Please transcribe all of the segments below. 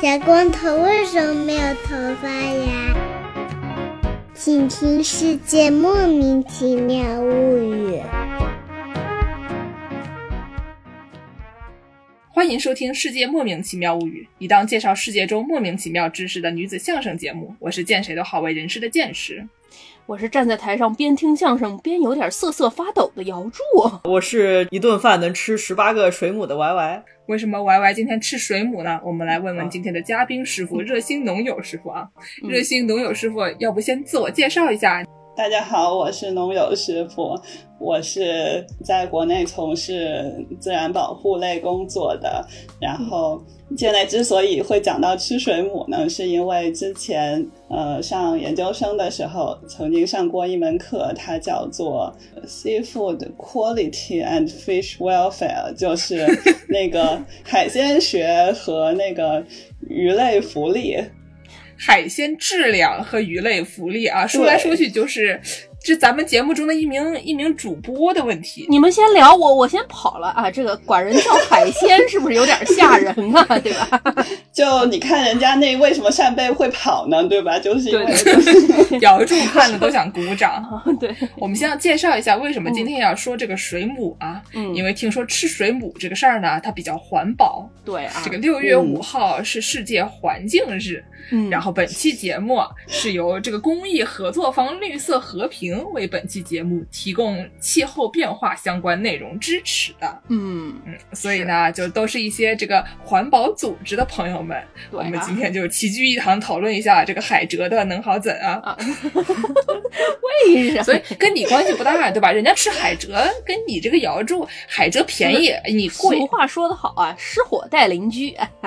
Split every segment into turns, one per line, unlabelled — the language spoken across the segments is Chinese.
小光头为什么没有头发呀？请听《世界莫名其妙物语》。
欢迎收听《世界莫名其妙物语》，一档介绍世界中莫名其妙知识的女子相声节目。我是见谁都好为人师的见识，
我是站在台上边听相声边有点瑟瑟发抖的姚柱。啊
我是一顿饭能吃十八个水母的 YY。
为什么 YY 今天吃水母呢？我们来问问今天的嘉宾师傅热心农友师傅啊，
嗯
热心农友师傅，要不先自我介绍一下？
大家好，我是农友师傅，我是在国内从事自然保护类工作的。然后现在之所以会讲到吃水母呢，是因为之前呃上研究生的时候曾经上过一门课，它叫做呃 Seafood Quality and Fish Welfare，就是那个海鲜学和那个鱼类福利。
海鲜质量和鱼类福利啊，说来说去就是这咱们节目中的一名一名主播的问 题。
你们先聊我，我先跑了啊！这个管人叫海鲜是不是有点吓人啊？对吧？
就你看人家那为什么扇贝会跑呢？对吧？就是因为
对
姚柱看了都想鼓掌。
啊， 对，
我们先要介绍一下为什么今天要说这个水母啊，
嗯，
因为听说吃水母这个事儿呢，它比较环保。
对啊，
这个六月五号是世界环境日，
嗯，
然后本期节目是由这个公益合作方绿色和平为本期节目提供气候变化相关内容支持的。
嗯，
嗯，所以呢，就都是一些这个环保组织的朋友们，
对
我们
啊
今天就齐聚一堂讨论一下这个海蜇的能好怎 啊。
为啥？
所以跟你关系不大，对吧？人家吃海蜇，跟你这个瑶柱海蜇便宜，你贵
俗。话说得好啊，失火带邻居，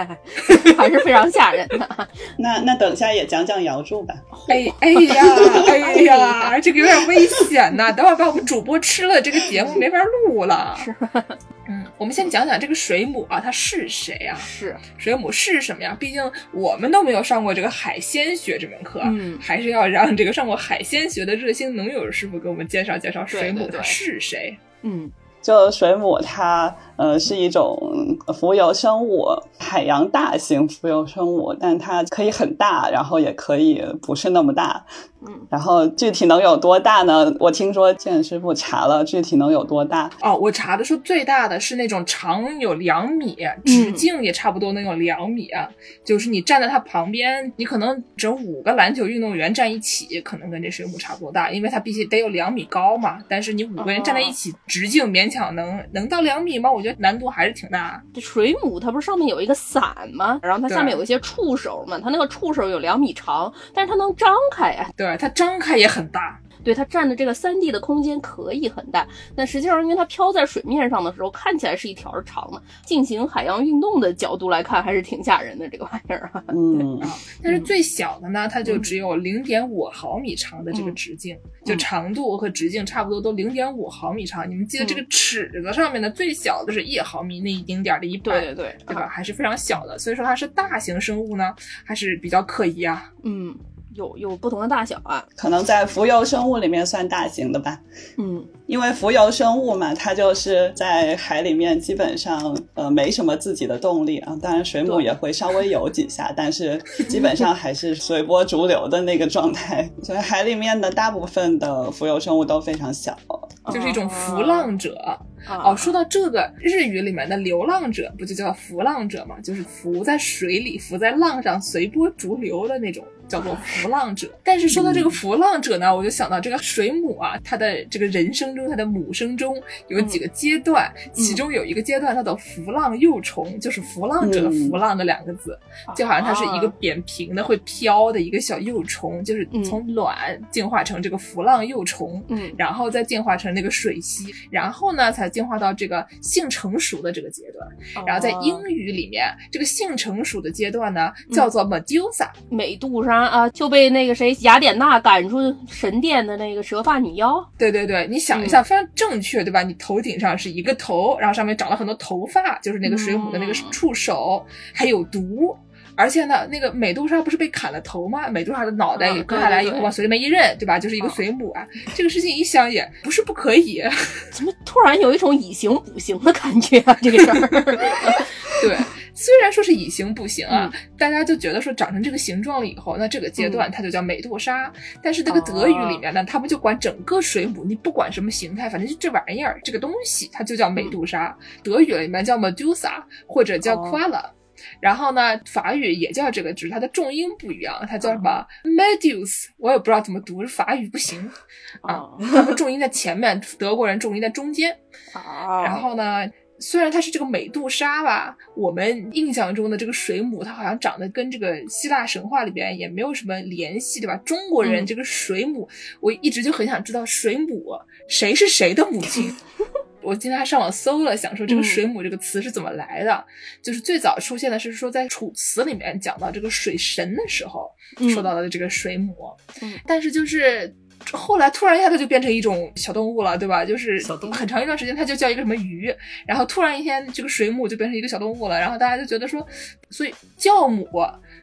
还是非常吓人 的。
那那等一下也讲讲瑶柱吧。
哎哎 呀，哎呀，这个有点危险呐、等会儿把我们主播吃了，这个节目没法录了。
是，
嗯，我们先讲讲这个水母啊，它是谁啊？
是，
水母是什么呀？毕竟我们都没有上过这个海鲜学这门课，啊
嗯
还是要让这个上过海鲜学的热心农友师傅给我们介绍介绍水母
对对对
它是谁。
嗯，
就水母它呃是一种浮游生物，海洋大型浮游生物，但它可以很大，然后也可以不是那么大。
嗯，
然后具体能有多大呢？我听说建师傅查了，具体能有多大？
哦，我查的说最大的是那种长有两米，直径也差不多能有两米啊。就是你站在它旁边，你可能整五个篮球运动员站一起，可能跟这水母差不多大，因为它必须得有两米高嘛。但是你五个人站在一起，直径勉强能能到两米吗？我觉得难度还是挺大。
这水母它不是上面有一个伞吗？然后它下面
对
有一些触手嘛，它那个触手有两米长，但是它能张开啊呀、
对，它张开也很大。
对它占的这个三 D 的空间可以很大，但实际上因为它飘在水面上的时候，看起来是一条长的。进行海洋运动的角度来看，还是挺吓人的这个玩意儿啊。
嗯，
但是最小的呢，它就只有零点五毫米长的这个
嗯
直径，就长度和直径差不多都零点五毫米长。你们记得这个
嗯
尺子上面的最小的是一毫米，那一丁点儿的一半，
对对 对，
对吧？
啊？
还是非常小的，所以说它是大型生物呢，还是比较可疑啊。
嗯，有有不同的大小啊。
可能在浮游生物里面算大型的吧。
嗯，
因为浮游生物嘛，它就是在海里面基本上呃没什么自己的动力啊。当然水母
对
也会稍微游几下，但是基本上还是随波逐流的那个状态。所以海里面的大部分的浮游生物都非常小。
就是一种浮
啊
浪者
啊。
哦，说到这个日语里面的流浪者，不就叫浮浪者吗？就是浮在水里、浮在浪上、随波逐流的那种，叫做浮浪者。但是说到这
嗯
个浮浪者呢，我就想到这个水母啊，它的这个人生中，它的母生中有
嗯
几个阶段，其中有一个阶段叫做浮浪幼虫，就是浮浪者的
嗯
浮浪的两个字，就好像它是
哦
一个扁平的会飘的一个小幼虫，就是
啊嗯
从卵进化成这个浮浪幼虫。
嗯
然后再进化成那个水螅，然后呢才进化到这个性成熟的这个阶段。
哦
然后在英语里面，这个性成熟的阶段呢
嗯
叫做 Medusa，、
美杜莎啊，就被那个谁雅典娜赶出神殿的那个蛇发女妖。
对对对，你想一
嗯
下，非常正确，对吧？你头顶上是一个头，然后上面长了很多头发，就是那个水母的那个
嗯
触手，还有毒。而且呢，那个美杜莎不是被砍了头吗？美杜莎的脑袋
嗯
也割下来，
对对对嗯
往水里面一扔，对吧？就是一个水母啊。这个事情一想也不是不可以，
怎么突然有一种以形补形的感觉啊？这个事儿，
对，虽然说是以形补形啊，
嗯
大家就觉得说长成这个形状了以后，那这个阶段它就叫美杜莎。但是这个德语里面呢，他们就管整个水母，你不管什么形态，反正就这玩意儿，这个东西它就叫美杜莎。德语里面叫 Medusa 或者叫
哦
Koala。然后呢，法语也叫这个，只是它的重音不一样，它叫什么 Medus，我也不知道怎么读，法语不行，
啊
他们重音在前面，德国人重音在中间。
啊，
然后呢，虽然它是这个美杜莎吧，我们印象中的这个水母，它好像长得跟这个希腊神话里边也没有什么联系，对吧？中国人
嗯
这个水母，我一直就很想知道水母谁是谁的母亲。 我今天还上网搜了，想说这个“
嗯
水母”这个词是怎么来的，就是最早出现的是说在《楚辞》里面讲到这个水神的时候，
嗯
说到了这个水母，
嗯
但是就是后来突然一下它就变成一种小动物了，对吧？就是
小动物
很长一段时间它就叫一个什么鱼，然后突然一天这个水母就变成一个小动物了，然后大家就觉得说，所以酵母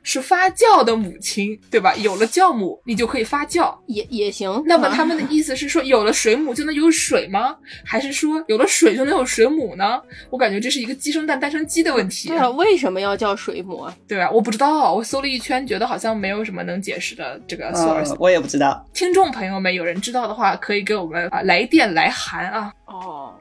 是发酵的母亲，对吧？有了酵母，你就可以发酵。
也也行。
那么
啊
他们的意思是说，有了水母就能有水吗？还是说有了水就能有水母呢？我感觉这是一个鸡生蛋，蛋生鸡的问题。
对啊，为什么要叫水母啊？
对吧？我不知道，我搜了一圈，觉得好像没有什么能解释的这个 source。
呃，我也不知道。
听众朋友们，有人知道的话，可以给我们啊来电来函啊。
哦，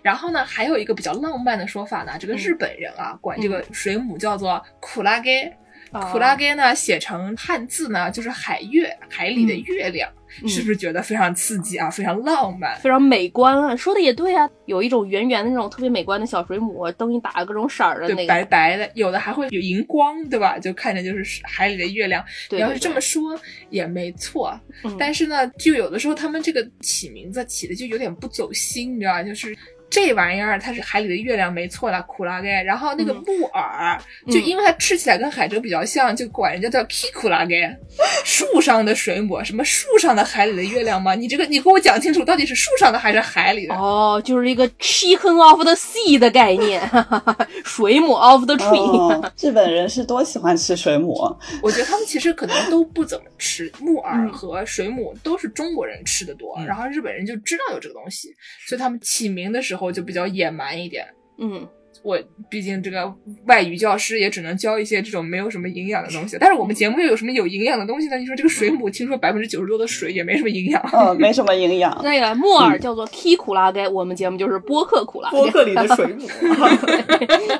然后呢，还有一个比较浪漫的说法呢，这
嗯
个日本人啊，管这个水母叫做苦拉给，
啊
苦拉给呢写成汉字呢就是海月，海里的月亮，
嗯
是不是觉得非常刺激啊，非常浪漫？
非常美观啊，说的也对啊，有一种圆圆的那种特别美观的小水母，灯一打各种色儿的嗯那
对，
个，
白白的，有的还会有荧光，对吧？就看着就是海里的月亮。
对
你要是这么
说，
说也没错，
嗯
但是呢，就有的时候他们这个起名字起的就有点不走心，你知道吧？就是这玩意儿它是海里的月亮没错啦，苦拉盖。然后那个
嗯
木耳，就
嗯
因为它吃起来跟海蜇比较像，就管人家叫 k 苦拉盖，树上的水母，什么树上的海里的月亮吗？你这个你给我讲清楚，到底是树上的还是海里的？
哦，就是一个 chicken of the sea 的概念， 水母 of the tree，、
哦，日本人是多喜欢吃水母，
我觉得他们其实可能都不怎么吃木耳
嗯
和水母，都是中国人吃的多，
嗯
然后日本人就知道有这个东西，所以他们起名的时候就比较野蛮一点。
嗯，
我毕竟这个外语教师也只能教一些这种没有什么营养的东西，但是我们节目又有什么有营养的东西呢？你说这个水母，听说百分之九十多的水也没什么营养，
呃，没什么营养。
那个木耳叫做 k 苦拉盖，我们节目就是播客苦拉
播
盖，
客里的水母 啊，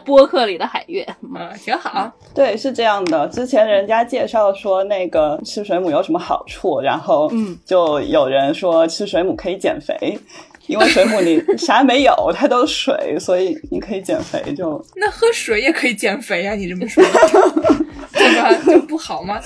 播客里的海月，
嗯，挺好。
对，是这样的。之前人家介绍说那个吃水母有什么好处，然后
嗯
就有人说吃水母可以减肥，因为水母你啥没有，它都是水，所以你可以减肥就。
那喝水也可以减肥啊，你这么说， 对吧？这不好吗？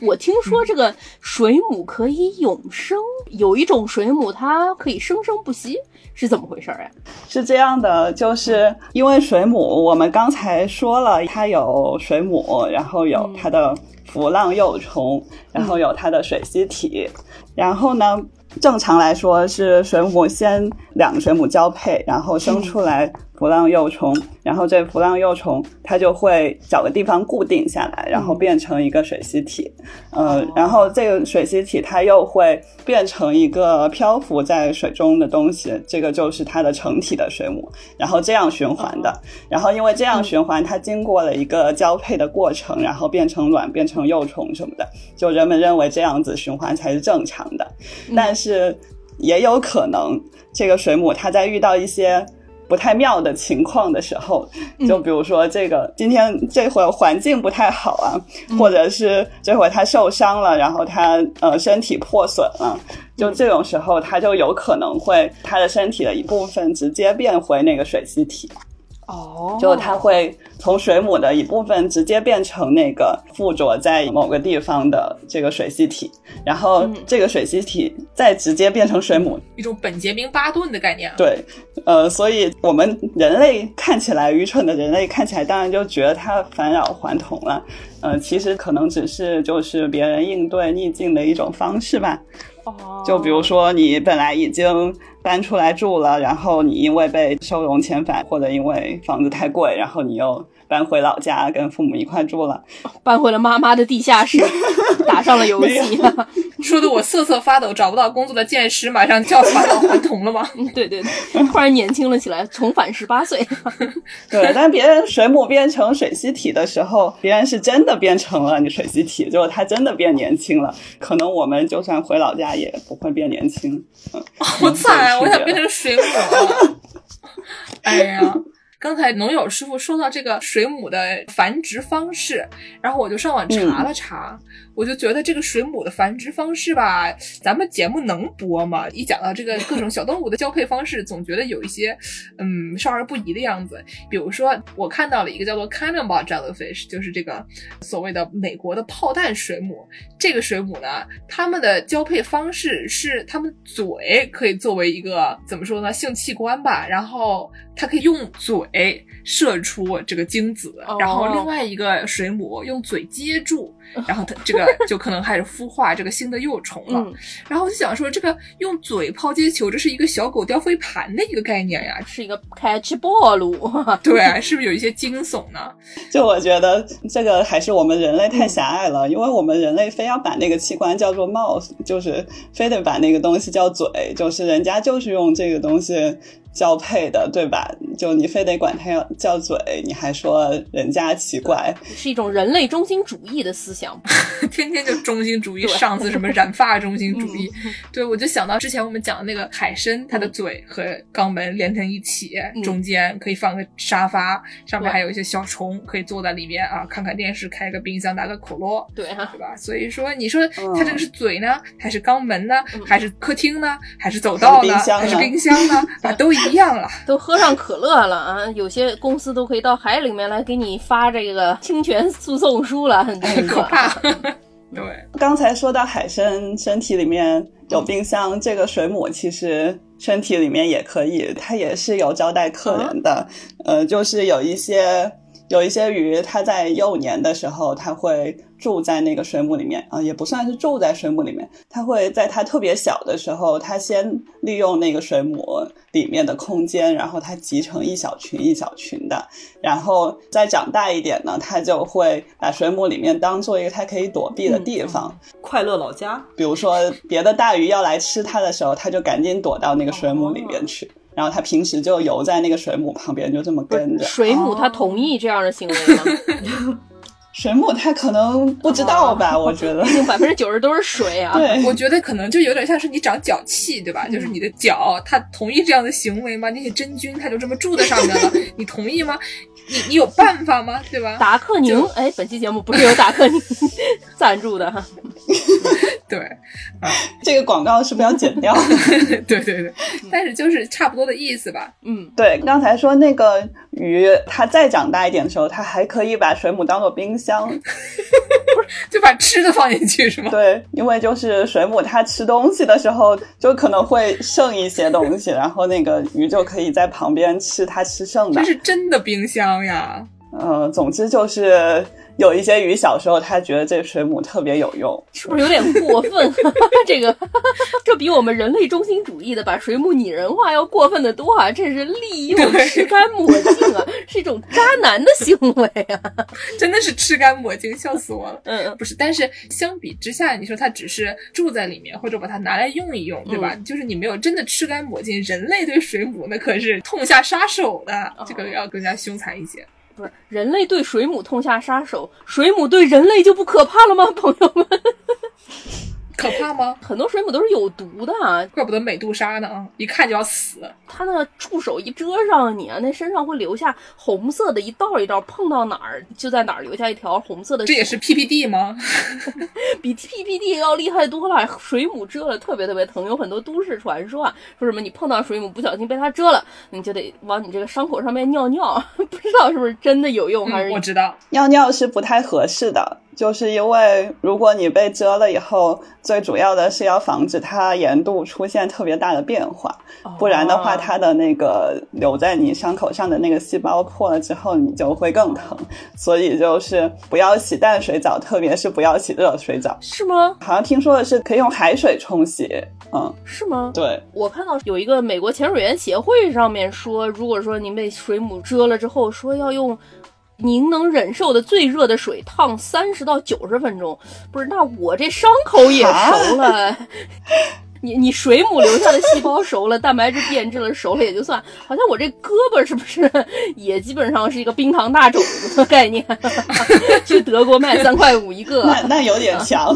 我听说这个水母可以永生，有一种水母它可以生生不息，是怎么回事儿呀、啊
是这样的，就是因为水母，我们刚才说了，它有水母，然后有它的浮浪幼虫，然后有它的水螅体，然后呢，正常来说是水母先两个水母交配，然后生出来浮浪幼虫，然后这浮浪幼虫它就会找个地方固定下来，然后变成一个水螅体，呃
哦，
然后这个水螅体它又会变成一个漂浮在水中的东西，这个就是它的成体的水母，然后这样循环的。然后因为这样循环，它经过了一个交配的过程，然后变成卵，变成幼虫什么的，就人们认为这样子循环才是正常的。但是也有可能，这个水母它在遇到一些不太妙的情况的时候，就比如说这个今天这会儿环境不太好啊，或者是这会儿它受伤了，然后它呃身体破损了。
嗯
就这种时候，它就有可能会它的身体的一部分直接变回那个水螅体，
哦
就它会从水母的一部分直接变成那个附着在某个地方的这个水螅体，然后
嗯
这个水螅体再直接变成水母。
一种本杰明巴顿的概念啊。
对，呃，所以我们人类看起来愚蠢的人类看起来，当然就觉得它返老还童了。呃，其实可能只是就是别人应对逆境的一种方式吧。
哦
就比如说，你本来已经搬出来住了，然后你因为被收容遣返，或者因为房子太贵，然后你又搬回老家跟父母一块住了。
搬回了妈妈的地下 室，打上了游戏。
说的我瑟瑟发抖，找不到工作的剑师马上就要返老还童了吗？
嗯 对对对，突然年轻了起来，重返十八岁。
对，但别人水母变成水螅体的时候，别人是真的变成了你水螅体，就是他真的变年轻了。可能我们就算回老家也不会变年轻。嗯，
好惨啊！
这
我
个
想变成水母啊。哎呀，刚才农友师傅说到这个水母的繁殖方式，然后我就上网查了查，我就觉得这个水母的繁殖方式吧，咱们节目能播吗？一讲到这个各种小动物的交配方式，总觉得有一些嗯少儿不宜的样子。比如说，我看到了一个叫做 Cannonball Jellyfish，就是这个所谓的美国的炮弹水母，这个水母呢，它们的交配方式是它们嘴可以作为一个怎么说呢，性器官吧，然后它可以用嘴射出这个精子，
哦
然后另外一个水母用嘴接 住，然后它这个就可能开始孵化这个新的幼虫了。
嗯，
然后我就想说，这个用嘴抛接球，这是一个小狗叼飞盘的一个概念呀。
是一个 catch ball，
对，啊是不是有一些惊悚呢？
就我觉得这个还是我们人类太狭隘了，因为我们人类非要把那个器官叫做 mouth，就是非得把那个东西叫嘴，就是人家就是用这个东西交配的，对吧？就你非得管它要叫嘴，你还说人家奇怪，
是一种人类中心主义的思想。
天天就中心主义，
对
上次什么染发中心主义，对我就想到之前我们讲的那个海参，它的嘴和肛门连成一起，
嗯
中间可以放个沙发，上面
对
还有一些小虫可以坐在里面啊，看看电视，开个冰箱，拿个可乐。
对啊哈、
对吧？所以说，你说它这个是嘴呢，还是肛门呢，还是客厅呢，还是走道呢，嗯还
还
是
是
冰
冰
箱呢？ 啊，都一样了。
都喝上可乐了啊！有些公司都可以到海里面来给你发这个侵权诉讼书 了，很
很可怕对，
刚才说到海参身体里面有冰箱，这个水母其实身体里面也可以，它也是有招待客人的。呃，就是有一些有一些鱼，它在幼年的时候，它会住在那个水母里面啊、也不算是住在水母里面，它会在它特别小的时候，它先利用那个水母里面的空间，然后它集成一小群一小群的，然后再长大一点呢，它就会把水母里面当做一个它可以躲避的地方。
快乐老家，
比如说别的大鱼要来吃它的时候，它就赶紧躲到那个水母里面去。然后它平时就游在那个水母旁边，就这么跟着。
水母它同意这样的行为吗？
水母它可能不知道吧，我觉得。
毕竟百分之九十都是水啊。
对，
哦我觉得可能就有点像是你长脚气，对吧？就是你的脚，它同意这样的行为吗？那些真菌它就这么住在上面了，你同意吗？你你有办法吗？对吧？
达克宁，哎，本期节目不是由达克宁 赞助的哈，
对，
这个广告是不是要剪掉？
对对对，但是就是差不多的意思吧。
嗯，
对，刚才说那个鱼，它再长大一点的时候，它还可以把水母当做冰箱。
就把吃的放进去是吗？
对，因为就是水母它吃东西的时候，就可能会剩一些东西，然后那个鱼就可以在旁边吃它吃剩的
这。是真的冰箱呀！
呃，总之就是有一些鱼小时候他觉得这水母特别有用，
是不是有点过分？ 这个这比我们人类中心主义的把水母拟人化要过分的多啊！这是利用
对
吃干抹净啊，是一种渣男的行为啊！
真的是吃干抹净，笑死我了。
嗯，
不是，但是相比之下，你说它只是住在里面，或者把它拿来用一用，对吧？就是你没有真的吃干抹净，人类对水母那可是痛下杀手的，这个要更加凶残一些。
不是，人类对水母痛下杀手，水母对人类就不可怕了吗？朋友们，
可怕吗？
很多水母都是有毒的啊，
怪不得美杜莎呢啊，一看就要死。
它那个触手一遮上你啊，那身上会留下红色的一道一道，碰到哪儿就在哪儿留下一条红色的血，
这也是 PPD 吗？
比 PPD 要厉害多了。水母蛰了特别特别疼，有很多都市传说啊，说什么你碰到水母不小心被它蛰了，你就得往你这个伤口 上面尿尿，不知道是不是真的有用还
嗯，
是
我知道，
尿尿是不太合适的。就是因为如果你被蛰了以后，最主要的是要防止它盐度出现特别大的变化，不然的话，
哦
它的那个留在你伤口上的那个细胞破了之后，你就会更疼。所以就是不要洗淡水澡，特别是不要洗热水澡。
是吗？
好像听说的是可以用海水冲洗，嗯，
是吗？
对，
我看到有一个美国潜水员协会上面说，如果说您被水母蛰了之后，说要用您能忍受的最热的水烫三十到九十分钟。不是，那我这伤口也熟了。 你你水母留下的细胞熟了，蛋白质变质了，熟了也就算，好像我这胳膊是不是也基本上是一个冰糖大肘子的概念？ 去德国卖三块五一个，啊
那那有点强，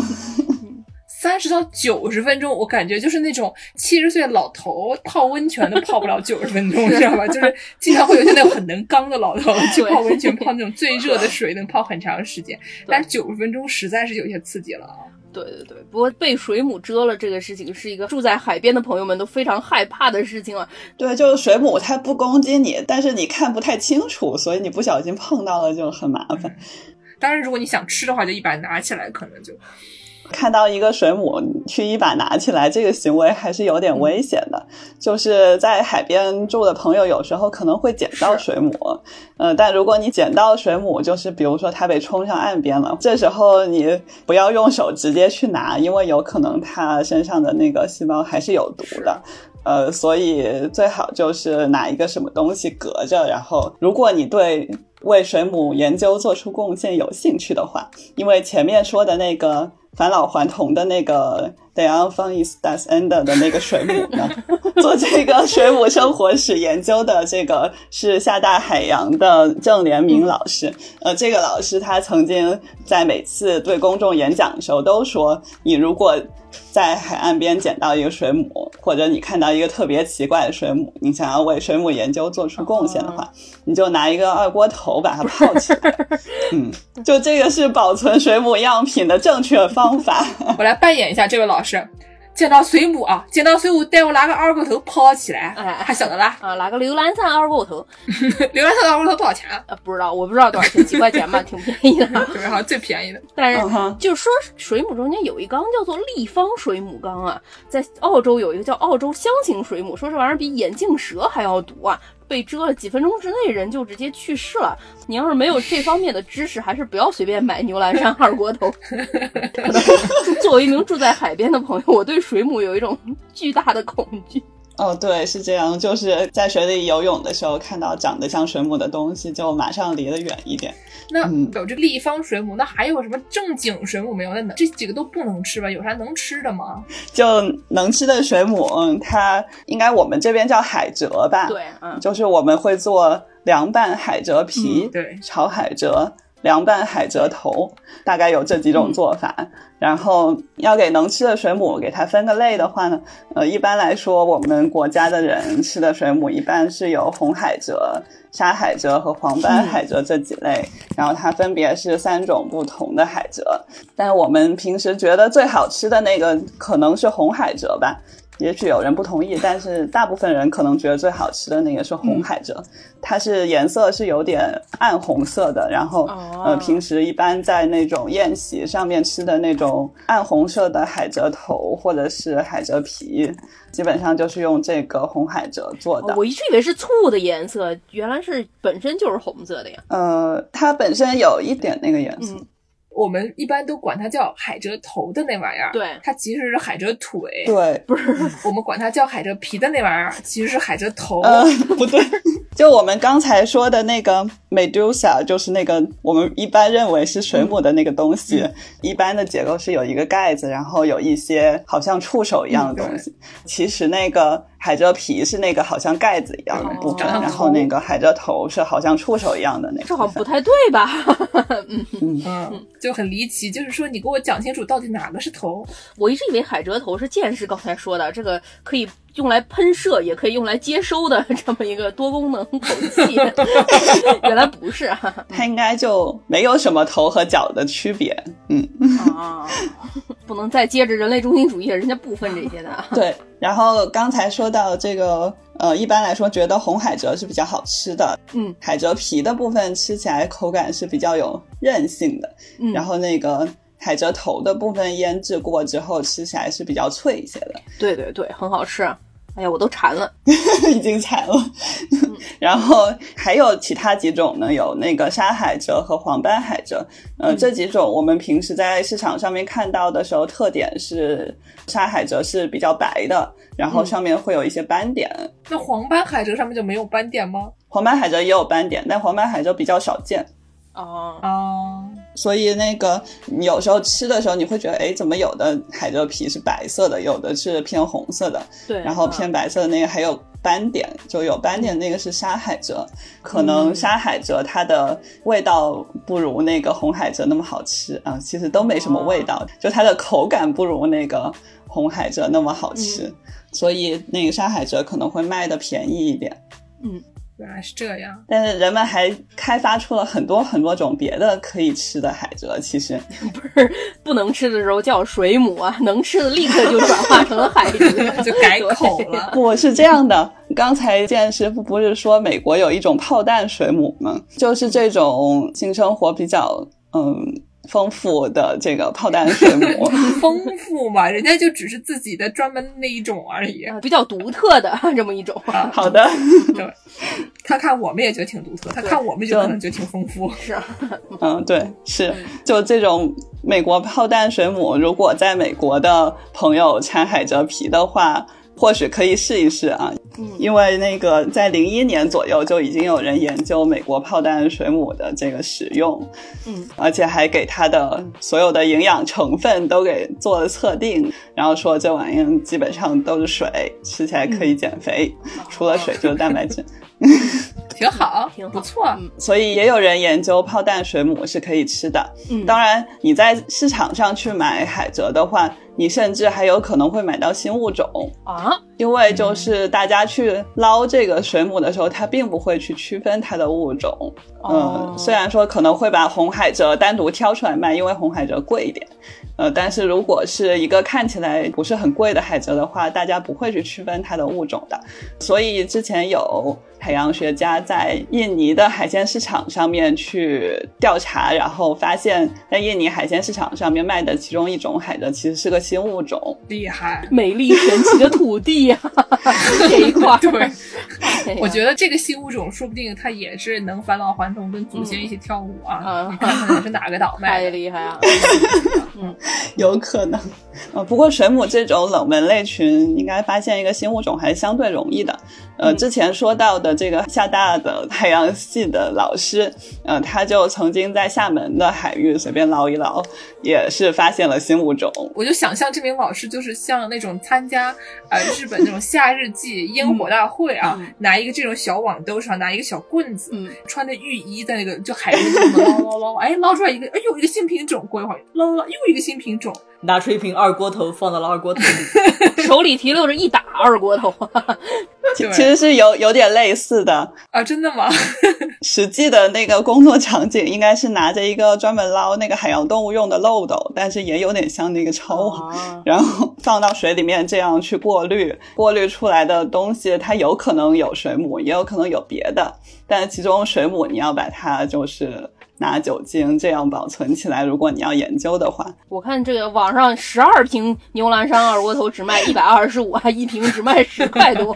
三十到九十分钟，我感觉就是那种七十岁老头泡温泉都泡不了九十分 钟，知道吧？就是经常会有些那种很能刚的老头去泡温泉，泡那种最热的水，能泡很长时间。但是九十分钟实在是有些刺激了啊！
对对对，不过被水母蛰了这个事情是一个住在海边的朋友们都非常害怕的事情啊。
对，就是水母它不攻击你，但是你看不太清楚，所以你不小心碰到了就很麻烦。
当然，如果你想吃的话，就一把拿起来，可能就
看到一个水母，你去一把拿起来，这个行为还是有点危险的。就是在海边住的朋友，有时候可能会捡到水母，呃，但如果你捡到水母，就是比如说它被冲上岸边了，这时候你不要用手直接去拿，因为有可能它身上的那个细胞还是有毒的。呃，所以最好就是拿一个什么东西隔着，然后如果你对为水母研究做出贡献有兴趣的话，因为前面说的那个返老还童的那个 d e a n f a n is das Ende 的那个水母呢，做这个水母生活史研究的这个是厦大海洋的郑连明老师。呃，这个老师他曾经在每次对公众演讲的时候都说，你如果在海岸边捡到一个水母，或者你看到一个特别奇怪的水母，你想要为水母研究做出贡献的话，你就拿一个二锅头把它泡起来。嗯，就这个是保存水母样品的正确方法。
我来扮演一下这位老师。见到水母啊，见到水母，带我拿个二锅头泡起来，
哎
还晓得啦？
啊，拿个浏览扇二锅头，
流浪的二锅头多少钱啊？
啊，不知道，我不知道多少钱，几块钱吧，挺便宜的。
就是好像最便宜的。
但
嗯
是
哼，
就说水母中间有一缸叫做立方水母缸啊，在澳洲有一个叫澳洲箱型水母，说这玩意儿比眼镜蛇还要毒啊。被蛰了几分钟之内，人就直接去世了。你要是没有这方面的知识，还是不要随便买牛栏山二锅 头。可能作为一名住在海边的朋友，我对水母有一种巨大的恐惧。
哦，对，是这样，就是在水里游泳的时候看到长得像水母的东西，就马上离得远一点。
那
嗯
有这立方水母，那还有什么正经水母没有？那能这几个都不能吃吧？有啥能吃的吗？
就能吃的水母，嗯它应该我们这边叫海蜇吧？，
对，嗯，
就是我们会做凉拌海蜇皮、
嗯对
炒海蜇、凉拌海蜇头，大概有这几种做法。然后要给能吃的水母给它分个类的话呢，呃，一般来说我们国家的人吃的水母一般是有红海蜇、沙海蜇和黄斑海蜇这几类，然后它分别是三种不同的海蜇。但我们平时觉得最好吃的那个可能是红海蜇吧，也许有人不同意，但是大部分人可能觉得最好吃的那个是
嗯
红海蜇，它是颜色是有点暗红色的，然后、
哦
呃，平时一般在那种宴席上面吃的那种暗红色的海蜇头或者是海蜇皮，基本上就是用这个红海蜇做的。
哦我一直以为是醋的颜色，原来是本身就是红色的呀。
呃，它本身有一点那个颜色，
嗯，
我们一般都管它叫海蜇头的那玩意儿，
对
它其实是海蜇腿。
对，
我们管它叫海蜇皮的那玩意儿，其实是海蜇头。
呃， 不对，就我们刚才说的那个 Medusa，就是那个我们一般认为是水母的那个东西，一般的结构是有一个盖子，然后有一些好像触手一样的东西。其实那个海蜇皮是那个好像盖子一样的部分，
哦
然后那个海蜇头是好像触手一样的那
这
个
好
部
像不
分。
太对吧？嗯，
嗯，就很离奇，就是说你给我讲清楚到底哪个是头。
我一直以为海蜇头是剑士刚才说的这个可以用来喷射，也可以用来接收的这么一个多功能口器，原来不是啊！
它应该就没有什么头和脚的区别，嗯，
啊，不 能再接着人类中心主义，人家不分这些的啊。
对。然后刚才说到这个呃，一般来说觉得红海蜇是比较好吃的，
嗯
海蜇皮的部分吃起来口感是比较有韧性的，
嗯，
然后那个海蜇头的部分腌制过之后吃起来是比较脆一些的。
对对对，很好吃。哎呀，我都馋了。
已经馋了。
嗯
然后还有其他几种呢，有那个沙海蜇和黄斑海蜇。呃，
嗯
这几种我们平时在市场上面看到的时候，特点是沙海蜇是比较白的，然后
嗯
上面会有一些斑点。
那黄斑海蜇上面就没有斑点吗？
黄斑海蜇也有斑点，但黄斑海蜇比较少见。
哦，
啊，
所以那个你有时候吃的时候，你会觉得，哎，怎么有的海蜇皮是白色的，有的是偏红色的？
对，
然后
嗯
偏白色的那个还有斑点，就有斑点那个是沙海蜇，可
嗯
能沙海蜇它的味道不如那个红海蜇那么好吃啊，其实都没什么
哦
味道，就它的口感不如那个红海蜇那么
嗯
好吃，所以那个沙海蜇可能会卖的便宜一点。
原来是这样。
但是人们还开发出了很多很多种别的可以吃的海蜇，其实
不能吃的时候叫水母啊，能吃的立刻就转化成了海 蜇，
就改口了。
不是这样的，刚才健师傅不是说美国有一种炮弹水母吗？就是这种性生活比较嗯丰富的这个炮弹水 母，
丰富嘛，人家就只是自己的专门那一种而已。
对比较独特的这么一种。
啊，
好的，
对，他看我们也觉得挺独特，他看我们就可能觉得挺丰富。
啊
嗯，对，是就这种美国炮弹水母，如果在美国的朋友掺海蜇皮的话。或许可以试一试啊，
嗯，
因为那个在零一年左右就已经有人研究美国炮弹水母的这个使用，
嗯，
而且还给它的所有的营养成分都给做了测定，然后说这玩意儿基本上都是水，吃起来可
嗯
以减肥，除了水就是蛋白质。
挺好，
挺好
不错
嗯。
所以也有人研究炮弹水母是可以吃的。
嗯
当然你在市场上去买海蜇的话，你甚至还有可能会买到新物种。
啊，
因为就是大家去捞这个水母的时候，它并不会去区分它的物种。
哦
嗯，虽然说可能会把红海蜇单独挑出来卖，因为红海蜇贵一点。呃，但是如果是一个看起来不是很贵的海蜇的话，大家不会去区分它的物种的。所以之前有海洋学家在印尼的海鲜市场上面去调查，然后发现在印尼海鲜市场上面卖的其中一种海蜇其实是个新物种。
厉害。
美丽神奇的土地呀、 这一块儿，
对，
哎呀
我觉得这个新物种说不定它也是能返老还童，跟祖先一起跳舞啊！
嗯哎
你看看是哪个 岛卖
太
的？
厉害啊了。
有可能，呃，不过水母这种冷门类群，应该发现一个新物种还是相对容易的。呃，
嗯
之前说到的这个厦大的海洋系的老师，呃，他就曾经在厦门的海域随便捞一捞，也是发现了新物种。
我就想象这名老师就是像那种参加呃日本那种夏日祭烟火大会啊，
嗯
拿一个这种小网兜上拿一个小棍子，
嗯，
穿着浴衣在那个就海边这么捞捞捞，哎，捞出来一个，哎呦一个新品种，过一会儿捞捞捞又一个新品种，
拿出一瓶二锅头放到了二锅头里。
手里提溜着一打二锅头，
其
对
其实是有有点类似的，
啊，真的吗？
实际的那个工作场景应该是拿着一个专门捞那个海洋动物用的漏斗，但是也有点像那个抄网。
啊，
然后放到水里面这样去过滤，过滤出来的东西，它有可能有水母，也有可能有别的，但其中水母你要把它就是拿酒精这样保存起来，如果你要研究的话，
我看这个网上十二瓶牛栏山二锅头只卖一百二十五，还一瓶只卖十块多，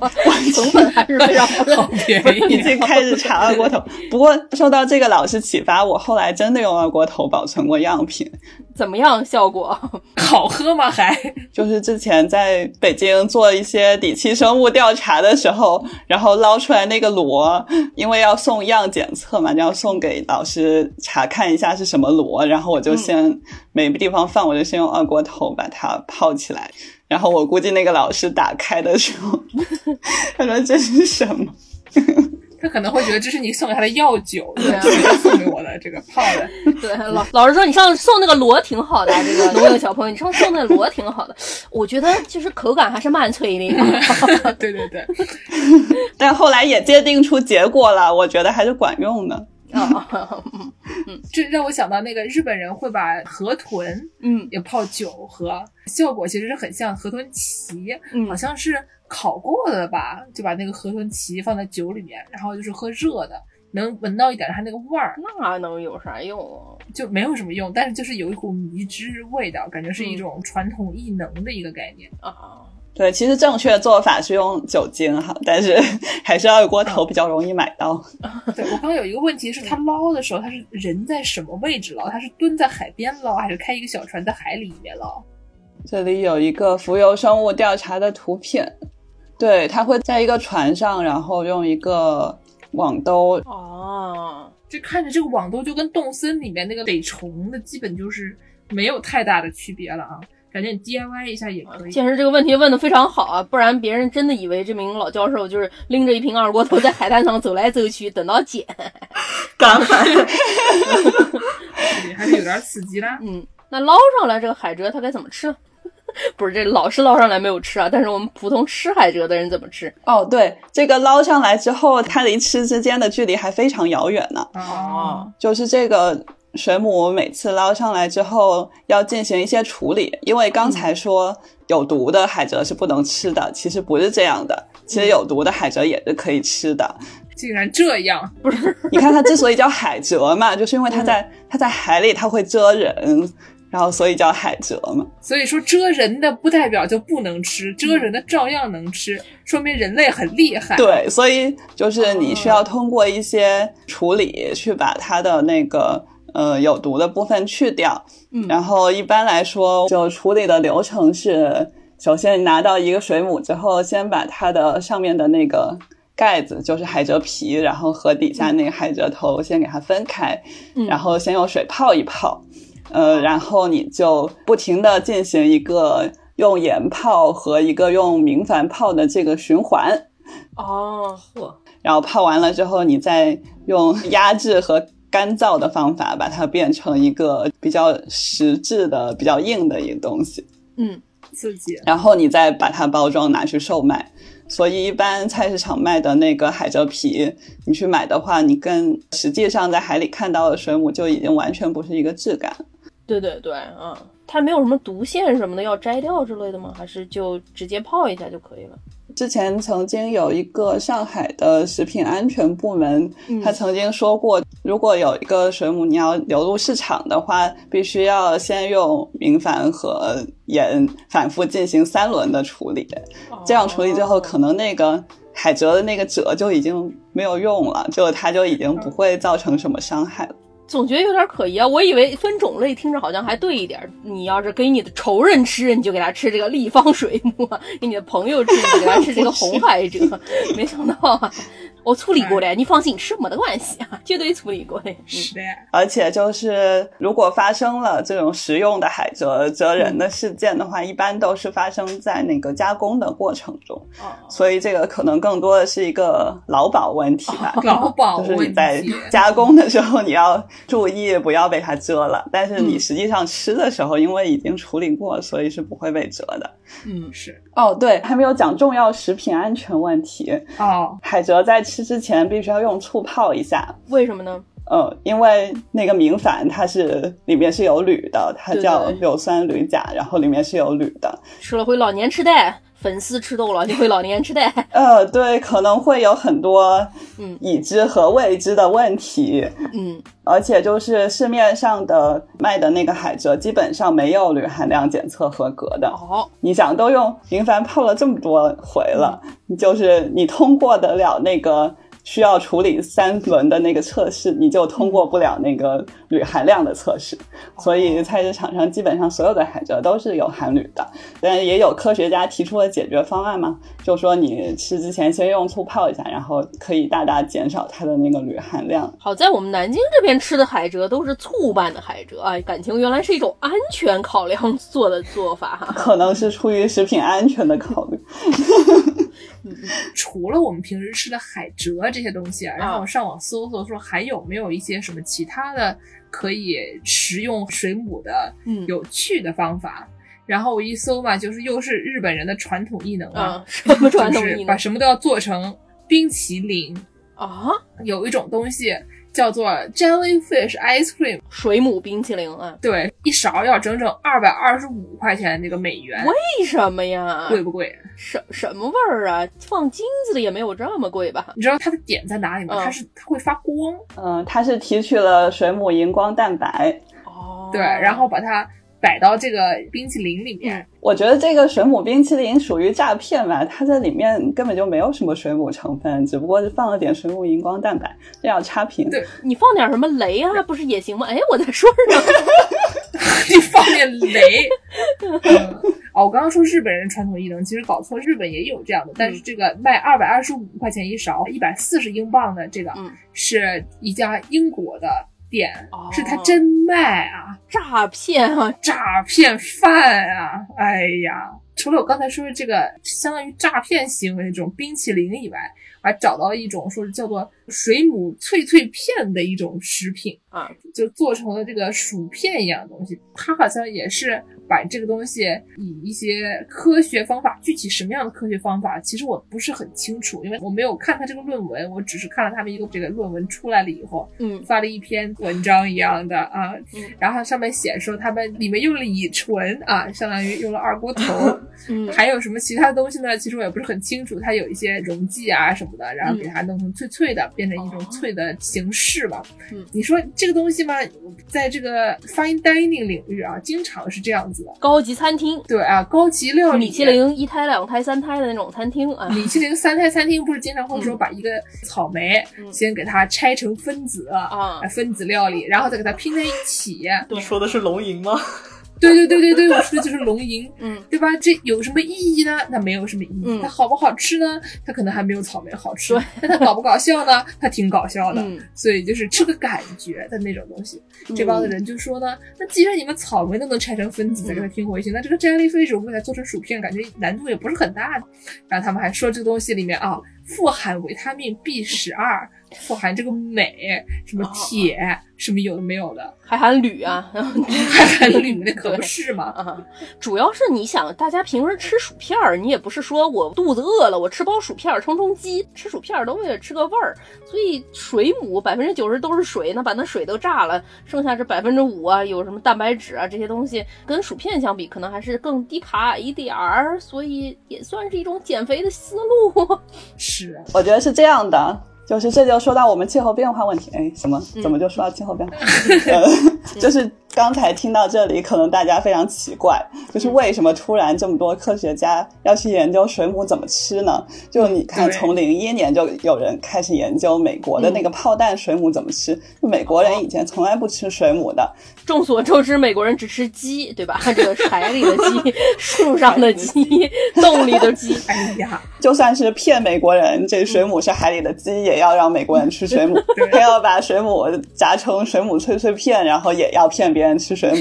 成本还是非常高。
便
已
宜，
经开始查二锅头。不过受到这个老师启发，我后来真的用二锅头保存过样品，
怎么样效果？
好喝吗？还
就是之前在北京做一些底栖生物调查的时候，然后捞出来那个螺，因为要送样检测嘛，就要送给老师查看一下是什么螺，然后我就先、没地方放，我就先用二锅头把它泡起来，然后我估计那个老师打开的时候， 他说这是什么？
他可能会觉得这是你送给他的药酒，对
啊
谁送给我的这个泡的，
对，老老师说你上次送那个螺挺好的，啊这个农友小朋友，你上次送那螺挺好的，我觉得就是口感还是蛮脆的。
对对对，
但后来也界定出结果了，我觉得还是管用的。
啊，
这让我想到那个日本人会把河豚
嗯
也泡酒喝，效果其实是很像河豚鳍，
嗯
好像是。烤过的吧，就把那个河豚鳍放在酒里面，然后就是喝热的，能闻到一点它那个味儿，
那能有啥用啊？
就没有什么用，但是就是有一股迷之味道，感觉是一种传统异能的一个概念。
啊，
对，其实正确的做法是用酒精哈，但是还是要有锅头比较容易买到。
对我刚刚有一个问题是，他捞的时候他是人在什么位置捞？他是蹲在海边捞，还是开一个小船在海里面捞？
这里有一个浮游生物调查的图片，对，它会在一个船上，然后用一个网兜，
哦，
就看着这个网兜就跟动森里面那个逮虫的基本就是没有太大的区别了啊，感觉你 DIY 一下也可以。
健哦身这个问题问的非常好啊，不然别人真的以为这名老教授就是拎着一瓶二锅头在海滩上走来走去，等到捡。
干海，
还是有点刺激啦。
嗯，那捞上来这个海蜇它该怎么吃 呢？不是，这老师捞上来没有吃啊，但是我们普通吃海蜇的人怎么吃？
哦，对，这个捞上来之后，它离吃之间的距离还非常遥远呢。
哦，
就是这个水母每次捞上来之后要进行一些处理，因为刚才说有毒的海蜇是不能吃的，其实不是这样的，其实有毒的海蜇也是可以吃的。
竟然这样，
你看它之所以叫海蜇嘛，就是因为它在它在海里它会蜇人，然后所以叫海蜇嘛。
所以说蜇人的不代表就不能吃，蜇人的照样能吃，说明人类很厉害。
对，所以就是你需要通过一些处理去把它的那个呃有毒的部分去掉。
嗯
然后一般来说，就处理的流程是，首先你拿到一个水母之后，先把它的上面的那个。盖子就是海蜇皮，然后和底下那个海蜇头先给它分开，
嗯
然后先用水泡一泡，呃，然后你就不停的进行一个用盐泡和一个用明矾泡的这个循环，
哦，
嚯，
然后泡完了之后，你再用压制和干燥的方法把它变成一个比较实质的、比较硬的一个东西，
嗯，
刺激。
然后你再把它包装拿去售卖。所以一般菜市场卖的那个海蜇皮，你去买的话，你跟实际上在海里看到的水母就已经完全不是一个质感。
对对对，嗯，它没有什么毒腺什么的要摘掉之类的吗？还是就直接泡一下就可以了？
之前曾经有一个上海的食品安全部门，
嗯
他曾经说过，如果有一个水母你要流入市场的话，必须要先用明矾和盐反复进行三轮的处理，这样处理之后，
哦
可能那个海蜇的那个蜇就已经没有用了，就它就已经不会造成什么伤害了。
总觉得有点可疑啊！我以为分种类听着好像还对一点儿。你要是给你的仇人吃，你就给他吃这个立方水母啊；给你的朋友吃，你就给他吃这个红海 蜇。没想到啊，我处理过的，你放心，吃没得关系啊，绝对处理过的。嗯
是的呀，
而且就是，如果发生了这种食用的海蜇蜇人的事件的话，一般都是发生在那个加工的过程中。
哦
所以这个可能更多的是一个劳保问题吧。
劳保
就是你
问
在
题，
加工的时候，你要注意不要被它蛰了。但是你实际上吃的时候，因为已经处理过，所以是不会被蛰的。
嗯，
是
哦，对，还没有讲重要食品安全问题。
哦，
海蜇在吃之前必须要用醋泡一下，
为什么呢？
呃，因为那个明矾它是里面是有铝的，它
对
叫
对
硫酸铝钾，然后里面是有铝的。
吃了会老年痴呆，粉丝吃多了就会老年痴呆。
呃，对，可能会有很多
嗯
已知和未知的问题，
嗯，
而且就是市面上的卖的那个海蜇，基本上没有铝含量检测合格的。
哦，
你想，都用明矾泡了这么多回了，就是你通过得了那个需要处理三轮的那个测试，你就通过不了那个铝含量的测试。所以菜市场上基本上所有的海蜇都是有含铝的，但也有科学家提出了解决方案嘛，就说你吃之前先用醋泡一下，然后可以大大减少它的那个铝含量。
好在我们南京这边吃的海蜇都是醋拌的海蜇啊，感情原来是一种安全考量做的做法哈。
可能是出于食品安全的考虑。
除了我们平时吃的海蜇这些东西啊，然后我上网搜索说还有没有一些什么其他的可以食用水母的
嗯
有趣的方法。然后我一搜嘛，就是又是日本人的传统异能
啊
啊，，
什么传统
就
艺
是
能
把什么都要做成冰淇淋。
啊？
有一种东西叫做 Jellyfish Ice Cream，
水母冰淇淋啊？
对，一勺要整整二百二十五块钱这个美元，
为什么呀？
贵不贵？
什什么味儿啊？放金子的也没有这么贵吧？
你知道它的点在哪里吗？
嗯
它是它会发光，
嗯，它是提取了水母荧光蛋白。
哦，
对，然后把它摆到这个冰淇淋里
嗯
面，
我觉得这个水母冰淇淋属于诈骗吧，它在里面根本就没有什么水母成分，只不过是放了点水母荧光蛋白，这要差评。
对
你放点什么雷啊，不是也行吗？哎，我在说什么？
你放点 雷。嗯哦，我刚刚说日本人传统异能，其实搞错，日本也有这样的，但
嗯
是这个卖二百二十五块钱一勺，一百四十英镑的这个、
嗯
是一家英国的店，
哦
是他真卖啊，
诈骗啊！
诈骗犯啊！哎呀，除了我刚才说的这个相当于诈骗行为的这种冰淇淋以外，我还找到一种说是叫做水母脆脆片的一种食品
啊，
就做成了这个薯片一样的东西。它好像也是把这个东西以一些科学方法，具体什么样的科学方法，其实我不是很清楚，因为我没有看它这个论文，我只是看了他们一个这个论文出来了以后，
嗯，
发了一篇文章一样的啊
嗯，
然后它上面写说他们里面用了乙醇啊，相当于用了二锅 头，
嗯
还有什么其他东西呢？其实我也不是很清楚，它有一些溶剂啊什么的，然后给它弄成脆脆的，变成一种脆的形式吧。
嗯
你说这个东西嘛，在这个 fine dining 领域啊，经常是这样子的。
高级餐厅，
对啊，高级料理
米其林一胎、两胎、三胎的那种餐厅啊。
米其林三胎餐厅不是经常会说
嗯
把一个草莓
嗯
先给它拆成分子
啊
分子料理，然后再给它拼在一起。
你说的是龙吟吗？
对对对对对，我说的就是龙吟，
嗯，
对吧？这有什么意义呢？它没有什么意义。
嗯
它好不好吃呢？它可能还没有草莓好吃。但它搞不搞笑呢？它挺搞笑的。
嗯
所以就是吃个感觉的那种东西。这
嗯
帮子人就说呢，那既然你们草莓都能拆成分
嗯
子再给它拼回去，那这个 jellyfish 我们给它做成薯片，感觉难度也不是很大的。然后他们还说这个东西里面啊，富含维他命 B 十二，富含这个镁，什
哦
么铁，什么有的没有的，
还含铝啊，
还含铝，那可不是嘛。
啊， 主要是你想，大家平时吃薯片儿，你也不是说我肚子饿了，我吃包薯片儿充充饥，吃薯片儿都为了吃个味儿。所以水母百分之九十都是水，那把那水都炸了，剩下这百分之五啊，有什么蛋白质啊这些东西，跟薯片相比，可能还是更低卡一点儿，所以也算是一种减肥的思路。
是啊，
我觉得是这样的，就是这就说到我们气候变化问题。哎，什么？
嗯
怎么就说到气候 变化？呃，就是刚才听到这里，可能大家非常奇怪，就是为什么突然这么多科学家要去研究水母怎么吃呢？就你看，
嗯对嗯
从零一年就有人开始研究美国的那个炮弹水母怎么吃。就美国人以前从来不吃水母的，
众所周知，美国人只吃鸡，对 吧？这个海里的鸡，树上的 鸡，洞里的 鸡。
哎呀，
就算是骗美国人，这水母是海里的鸡，也要让美国人吃水母
对，
还要把水母炸成水母脆脆片，然后也要骗别人吃水母。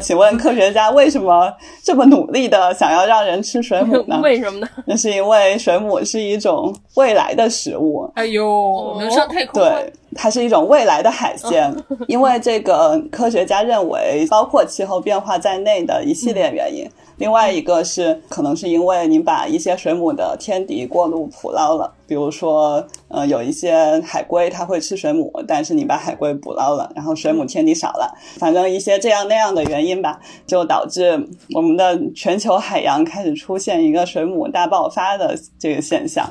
请问科学家为什么这么努力的想要让人吃水母呢？
为什么呢？
那是因为水母是一种未来的食物，
哎呦，能上太空吗？
对，它是一种未来的海鲜，因为这个科学家认为，包括气候变化在内的一系列原因。另外一个是，可能是因为你把一些水母的天敌过度捕捞了，比如说，呃，有一些海龟它会吃水母，但是你把海龟捕捞了，然后水母天敌少了，反正一些这样那样的原因吧，就导致我们的全球海洋开始出现一个水母大爆发的这个现象。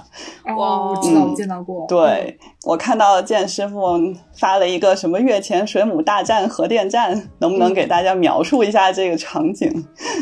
哦，我知道，我见到过。
对我看到剑师傅发了一个什么月前水母大战核电站，能不能
嗯
给大家描述一下这个场景？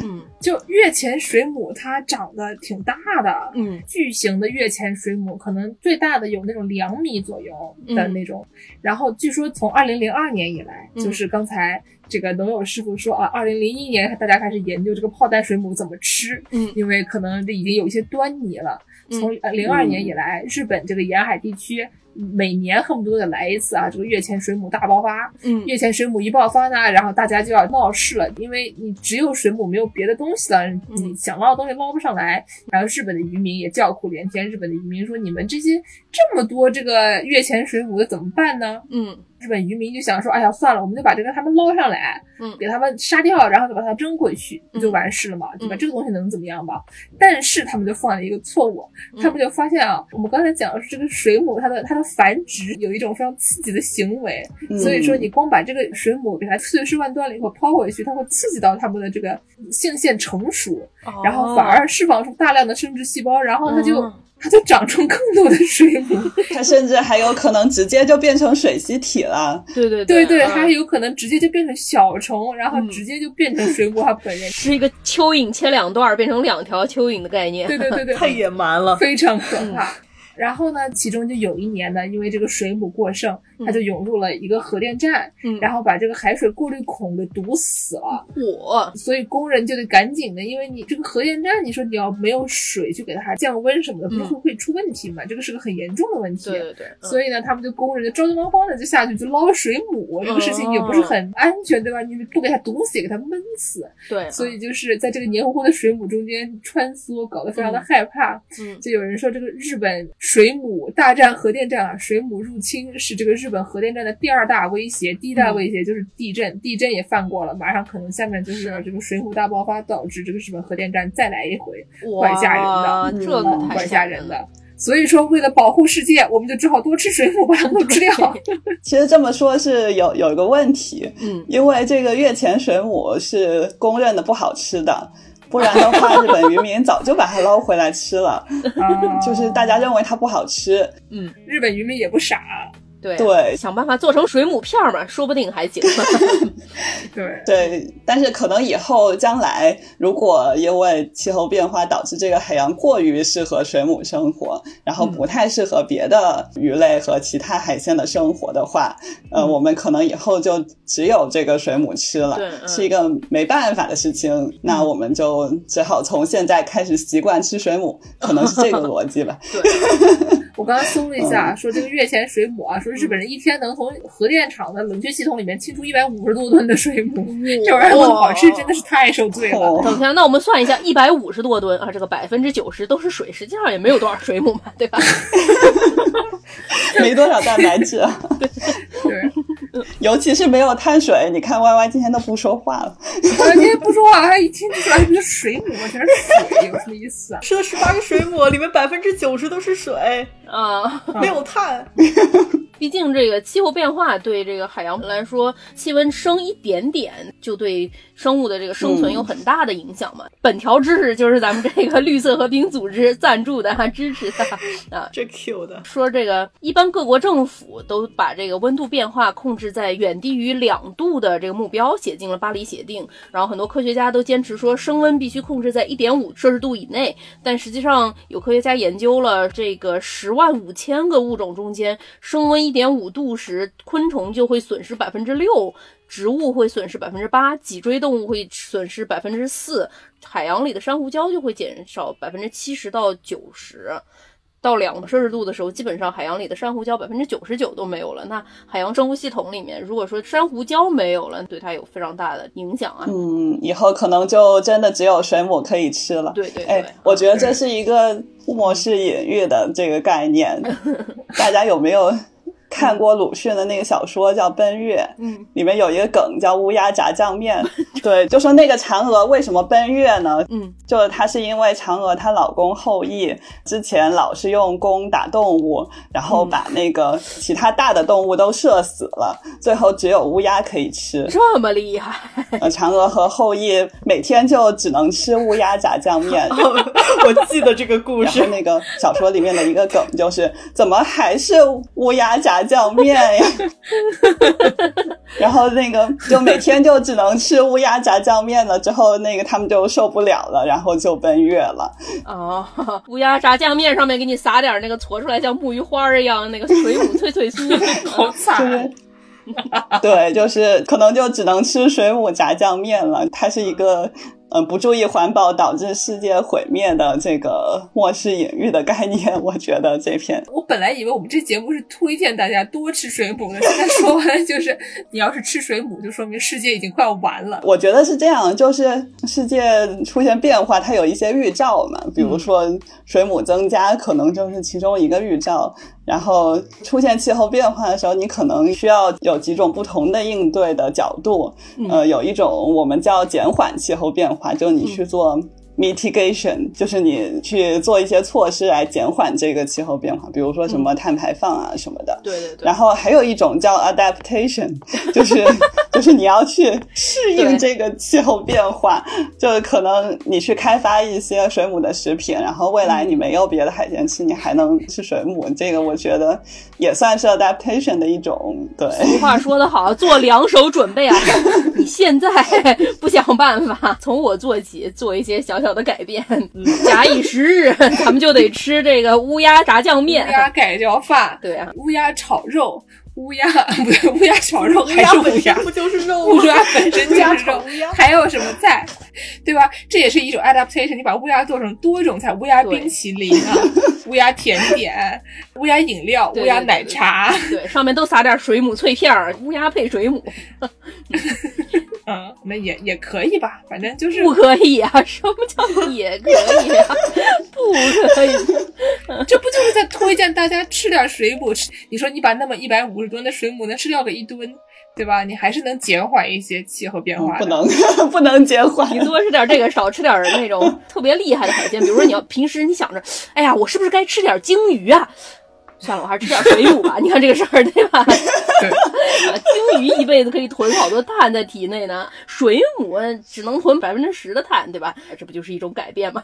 嗯
就月前水母，它长得挺大的，
嗯
巨型的月前水母，可能最大的有那种两米左右
嗯
的那种。然后据说从二零零二年以来，
嗯
就是刚才这个农友师傅说啊，二零零一年大家开始研究这个炮弹水母怎么吃，
嗯
因为可能这已经有一些端倪了。
嗯
从零二年以来，日本这个沿海地区每年恨不得得来一次啊，这个月前水母大爆发。
嗯
月前水母一爆发呢，然后大家就要闹事了，因为你只有水母没有别的东西
嗯
了，你想捞的东西捞不上来。然后日本的渔民也叫苦连天，日本的渔民说：“你们这些这么多这个月前水母的怎么办呢？”
嗯
日本渔民就想说：“哎呀，算了，我们就把这个他们捞上来，
嗯
给他们杀掉，然后就把它扔回去，不
嗯
就完事了嘛，对吧？
嗯
这个东西能怎么样吧？”
嗯
但是他们就犯了一个错误，他们就发现啊，我们刚才讲的是这个水母，它的它的繁殖有一种非常刺激的行为，
嗯
所以说你光把这个水母给它碎尸万段了以后抛回去，它会刺激到它们的这个性腺成熟，然后反而释放出大量的生殖细胞，然后它就、
哦
它就长出更多的水母。
它甚至还有可能直接就变成水螅体了。
对对
对对，
对，
它
嗯
有可能直接就变成小虫，然后
嗯
直接就变成水母它本 人。
是一个蚯蚓切两段儿变成两条蚯蚓的概念。
对对 对对，
太野蛮了。
非常可
嗯
怕。然后呢，其中就有一年呢，因为这个水母过剩，它就涌入了一个核电站，
嗯，
然后把这个海水过滤孔给堵死了。
我
所以工人就得赶紧的，因为你这个核电站，你说你要没有水去给它降温什么的，不是
嗯
会会出问题嘛？这个是个很严重的问题。
对对对，
所以呢，他们就工人就着急忙慌的就下去就捞水母，这个事情也
嗯
不是很安全，对吧？你不给它毒死，也给它闷死。
以嗯对，
所以就是在这个黏糊糊的水母中间穿梭，搞得非常的害怕。
嗯
就有人说，这个日本水母大战核电站啊，水母入侵是这个日本核电站的第二大威胁，第一大威胁就是地震，地震也犯过了，马上可能下面就是
是
这个水母大爆发，导致这个日本核电站再来一回，
哇，
怪吓人的
这个
嗯
哦太
怪吓人的。所以说，为了保护世界，我们就只好多吃水母，把它们都 吃掉。
其实这么说是有有一个问题，
嗯，
因为这个月前水母是公认的不好吃的。不然的话，日本渔民早就把它捞回来吃了。
啊
就是大家认为它不好吃，
日本渔民也不傻，
对
对
想办法做成水母片儿嘛，说不定还行。
对
对，但是可能以后将来，如果因为气候变化导致这个海洋过于适合水母生活，然后不太适合别的鱼类和其他海鲜的生活的话，呃，我们可能以后就只有这个水母吃了
对，嗯嗯
是一个没办法的事情。那我们就只好从现在开始习惯吃水母，可能是这个逻辑 吧。
对，
我刚刚搜了一下，说这个月前水母啊，说日本人一天能从核电厂的冷却系统里面清除一百五十多吨的水母，这玩意儿不好吃，真的是太受罪了。
哦
等一下，那我们算一下，一百五十多吨啊，这个百分之九十都是水，实际上也没有多少水母嘛，对吧？
没多少蛋白质啊，
对，
尤其是没有碳水。你看 Y Y 今天都不说话了。
我今天不说话，他一听就说哎，不是水母，全是水，有什么意思啊？
吃了十八个水母，里面百分之九十都是水，
啊，
没有碳。
毕竟这个气候变化对这个海洋来说，气温升一点点就对生物的这个生存有很大的影响嘛。本条知识就是咱们这个绿色和平组织赞助的啊， 支持的啊。
这 Q 的，
说这个，一般各国政府都把这个温度变化控制在远低于两度的这个目标写进了巴黎协定，然后很多科学家都坚持说升温必须控制在一点五摄氏度以内，但实际上有科学家研究了这个十万五千个物种中间，升温一点五度时，昆虫就会损失百分之六，植物会损失百分之八，脊椎动物会损失百分之四，海洋里的珊瑚礁就会减少百分之七十到九十。到两摄氏度的时候，基本上海洋里的珊瑚礁百分之九十九都没有了。那海洋生物系统里面，如果说珊瑚礁没有了，对它有非常大的影响啊。
嗯，以后可能就真的只有水母可以吃了。
对对对，
哎，我觉得这是一个末世隐喻的这个 概念。大家有没有看过鲁迅的那个小说叫《奔月》？
嗯，
里面有一个梗叫“乌鸦炸酱面”， 对，就说那个嫦娥为什么奔月呢？
嗯，
就是她是因为嫦娥她老公后羿之前老是用弓打动物，然后
嗯
把那个其他大的动物都射死了，最后只有乌鸦可以吃。
这么厉 害，
呃，嫦娥和后羿每天就只能吃乌鸦炸酱面。
我记得这个故
然后
事。
那个小说里面的一个梗就是，怎么还是乌鸦炸酱面呀？ 然后那个就每天就只能吃乌鸦炸酱面了，之后那个他们就受不了了，然后就奔月了。
哦， 乌鸦炸酱面上面给你撒点那个搓出来像木鱼花儿一样那个水母脆脆酥，
好惨，啊
对，就是可能就只能吃水母炸酱面了。它是一个。嗯，不注意环保导致世界毁灭的这个末世隐喻的概念，我觉得这篇
我本来以为我们这节目是推荐大家多吃水母的，现在说完了就是，你要是吃水母，就说明世界已经快完了。
我觉得是这样，就是世界出现变化，它有一些预兆嘛，比如说水母增加，可能就是其中一个预兆。然后出现气候变化的时候，你可能需要有几种不同的应对的角度。呃，有一种我们叫减缓气候变化，就是你去做 mitigation，就是你去做一些措施来减缓这个气候变化，比如说什么碳排放啊什么的。
对对对
然，后还有一种叫 adaptation，就是 就是你要去适
对
应这个气候变化，就是可能你去开发一些水母的食品，然后未来你没有别的海鲜吃，你还能吃水母，这个我觉得也算是 adaptation 的一种。对，
俗话说得好，做两手准 备啊！你现在不想办法，从我做起，做一些小小的改变。假以时日，咱们就得吃这个乌鸦炸酱面
乌。鸦改脚法，
对啊，
乌鸦炒肉，乌鸦不对，乌鸦炒肉还
鸭
是
本
乌
身
鸦。
不就是肉
乌
吗？
鸦本身就
乌鸦
是
炒
肉
乌鸦，
还有什么菜，对吧？这也是一种 adaptation。你把乌鸦做成多种菜，乌鸦冰淇淋啊，乌鸦甜点，乌鸦饮料，
对
乌鸦奶茶，
对，上面都撒点水母脆片儿，乌鸦配水母，
嗯，那也也可以吧，反正就是
不可以啊！什么叫也可以啊？不可以，
这不就是在推荐大家吃点水母？ 吃你说你把那么一百五十吨的水母能吃掉个一吨，对吧？你还是能减缓一些气候变化
嗯不
的。
能不能减缓。
你多吃点这个，少吃点儿那种特别厉害的海鲜。比如说，你要平时你想着，哎呀，我是不是该吃点鲸鱼啊？算了，我还是吃点水母吧。 你看这个事儿，对吧？
对，
啊 鲸鱼一辈子可以囤好多碳在体内呢，水母只能囤百分之十的碳，对吧？这不就是一种改变吗？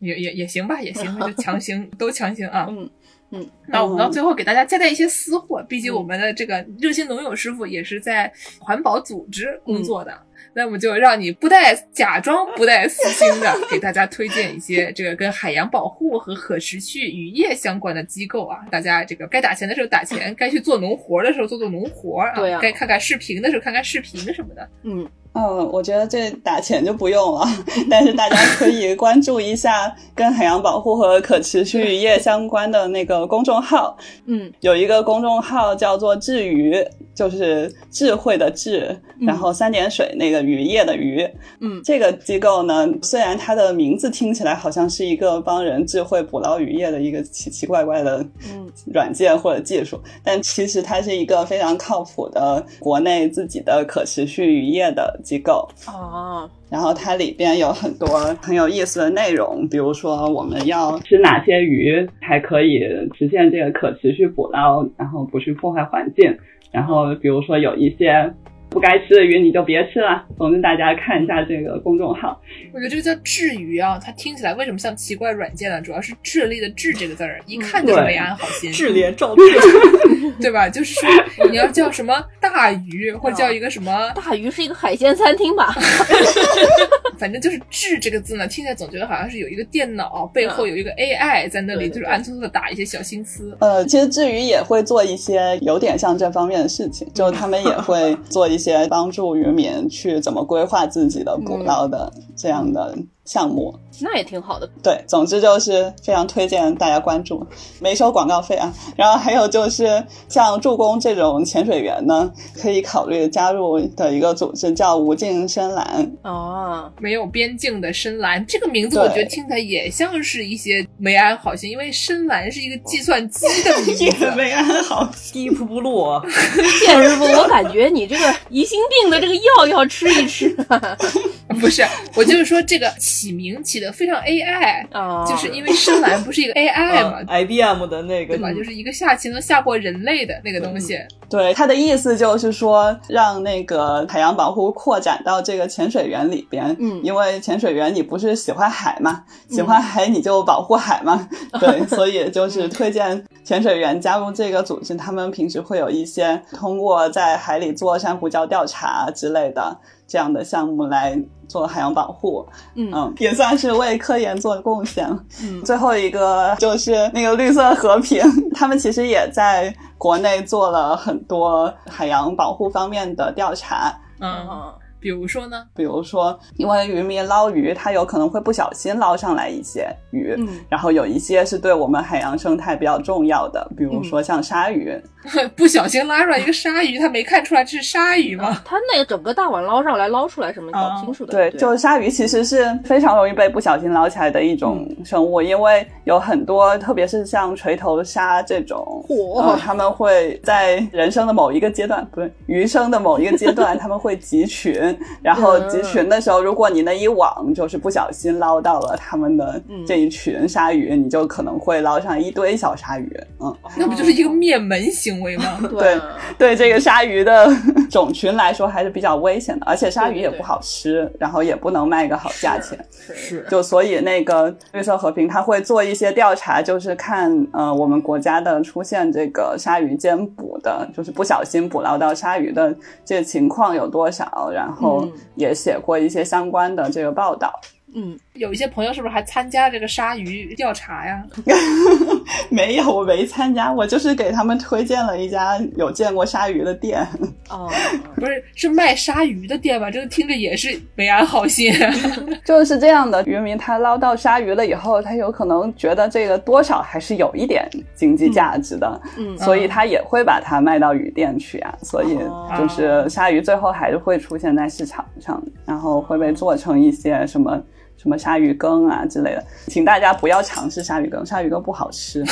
也也也行吧，也行吧，就强 行都强行啊。
嗯嗯，
那我们到
嗯
最后给大家夹带一些私货，毕竟我们的这个热心农友师傅也是在环保组织
嗯
工作的。那我们就让你不带假装不带私心 的给大家推荐一些这个跟海洋保护和可持续渔业相关的机构啊，大家这个该打钱的时候打钱，该去做农活的时候做做农活啊，
对啊
该看看视频的时候看看视频什么的。
嗯，
嗯，我觉得这打钱就不用了，但是大家可以关注一下跟海洋保护和可持续渔业相关的那个公众号，
嗯，
有一个公众号叫做“智鱼”，就是智慧的智，
嗯
然后三点水那个渔业的渔。
嗯
这个机构呢，虽然它的名字听起来好像是一个帮人智慧捕捞渔业的一个奇奇怪怪的
嗯
软件或者技术，但其实它是一个非常靠谱的国内自己的可持续渔业的机构。
啊，
哦
然后它里边有很多很有意思的内容，比如说我们要吃哪些鱼才可以实现这个可持续捕捞，然后不去破坏环境。然后比如说有一些不该吃的鱼你就别吃了。总之大家看一下这个公众号，
我觉得这个叫智鱼啊，它听起来为什么像奇怪软件啊呢？主要是智力的智这个字
嗯
儿，一看就是没安好心。
智联照片，
对吧？就是 说你要叫什么大鱼，或者叫一个什么，
大鱼是一个海鲜餐厅吧？
反正就是“智”这个字呢，听起来总觉得好像是有一个电脑背后有一个 AI 在那
对
里，
嗯
就
对对
是暗搓搓的打一些小心思。
呃，其实至于也会做一些有点像这方面的事情，就他们也会做一些帮助渔民去怎么规划自己的捕捞的这样的项目。
那也挺好的。
对，总之就是非常推荐大家关注，没收广告费啊。然后还有就是像助攻这种潜水员呢，可以考虑加入的一个组织叫无尽深蓝。
啊，
没有边境的深蓝这个名字，我觉得
对
听起来也像是一些没安好心，因为深蓝是一个计算机的名 字。
没安好，
Deep Blue，啊
建师傅，我感觉你这个疑心病的这个药要吃 一吃
不是，我就是说这个起名起的非常 AI，
啊，
就是因为深蓝不是一个 AI 嘛
嗯，，IBM 的那个
对吧？就是一个下棋能下过人类的那个东西。
对，他的意思就是说，让那个海洋保护扩展到这个潜水员里边。
嗯
因为潜水员你不是喜欢海嘛，喜欢海你就保护海嘛。对，所以就是推荐潜水员加入这个组织，他们平时会有一些通过在海里做珊瑚礁调查之类的这样的项目来做海洋保护。
嗯
哦
嗯，也算是为科研做贡献了。
嗯
最后一个就是那个绿色和平，他们其实也在国内做了很多海洋保护方面的调查。
嗯，
啊，
比如说呢，
比如说，因为渔民捞鱼，他有可能会不小心捞上来一些鱼，
嗯
然后有一些是对我们海洋生态比较重要的，比如说像鲨鱼，
不小心拉出来一个鲨鱼，他没看出来这是鲨鱼吗？
他那个整个大碗捞上来，捞出来什么
啊
搞不清楚的。
对，就是鲨鱼其实是非常容易被不小心捞起来的一种
嗯
生物，因为有很多，特别是像锤头鲨这种，
嚯
呃他们会在人生的某一个阶段，不是鱼生的某一个阶段，他们会集群，然后
嗯
集群的时候，如果你那一网就是不小心捞到了他们的
嗯
这一群鲨鱼，你就可能会捞上一堆小鲨鱼。
哦
嗯，
那不就是一个灭门行为吗？
对啊
对这个鲨鱼的种群来说还是比较危险的，而且鲨鱼也
对
不好吃，然后也不能卖个好价钱。
是
就所以那个绿色和平，他会做一些调查，就是看呃我们国家的出现这个鲨鱼兼捕的，就是不小心捕捞到鲨鱼的这情况有多少，然后
嗯
也写过一些相关的这个报道。
嗯，
有一些朋友是不是还参加这个鲨鱼调查呀？
没有，我没参加，我就是给他们推荐了一家有见过鲨鱼的店。
哦，
不是，是卖鲨鱼的店吧？这个听着也是没安好心。啊
就是这样的，渔民他捞到鲨鱼了以后，他有可能觉得这个多少还是有一点经济价值的，
嗯嗯
所以他也会把它卖到鱼店去啊。所以
哦
就是鲨鱼最后还是会出现在市场上，然后会被做成一些什么。什么鲨鱼羹啊之类的，请大家不要尝试鲨鱼羹，鲨鱼羹不好 吃。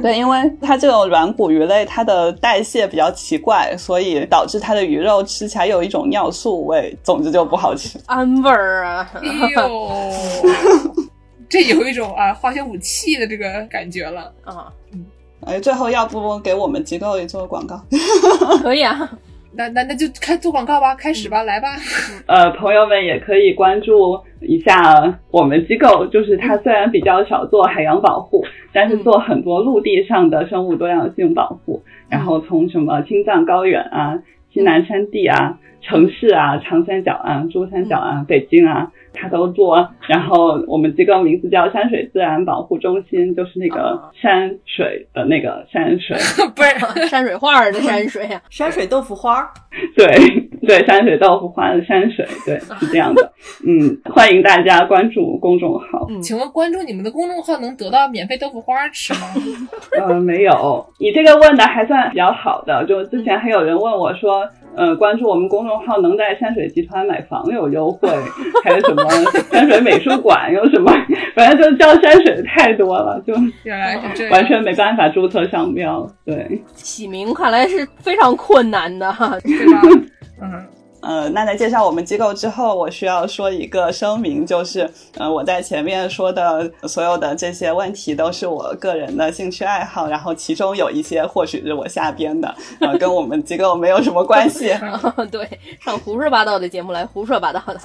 对，因为它这种软骨鱼类，它的代谢比较奇怪，所以导致它的鱼肉吃起来有一种尿素味，总之就不好吃。
安味儿啊，
哎呦，这有一种啊化学武器的这个感觉了。
啊，
哎，最后要不给我们机构里做广告？
可以啊，
那那那就开做广告吧，开始吧，来吧。
呃，朋友们也可以关注一下我们机构，就是它虽然比较少做海洋保护，但是做很多陆地上的生物多样性保护，然后从什么青藏高原啊、西南山地啊、城市啊、长三角啊、珠三角啊、北京啊，它都做。然后我们机构名字叫山水自然保护中心，就是那个
啊
山水的那个山水。
不是，
山水画儿的山水啊，
山水豆腐花儿，
对对，山水豆腐花的山水，对，是这样的。嗯，欢迎大家关注公众号。
嗯
请问关注你们的公众号能得到免费豆腐花吃吗？
呃，没有，你这个问的还算比较好的。就之前还有人问我说，呃，关注我们公众号能在山水集团买房有优惠，还有什么山水美术馆有什么， 反正就叫山水的太多了，就
原来是这样，
完全没办法注册商标。对。
起名看来是非常困难的 哈，
对吧？嗯，
呃，那在介绍我们机构之后，我需要说一个声明，就是呃，我在前面说的所有的这些问题都是我个人的兴趣爱好，然后其中有一些或许是我瞎编的，呃，跟我们机构没有什么关 系。
对，上胡说八道的节目来胡说八道的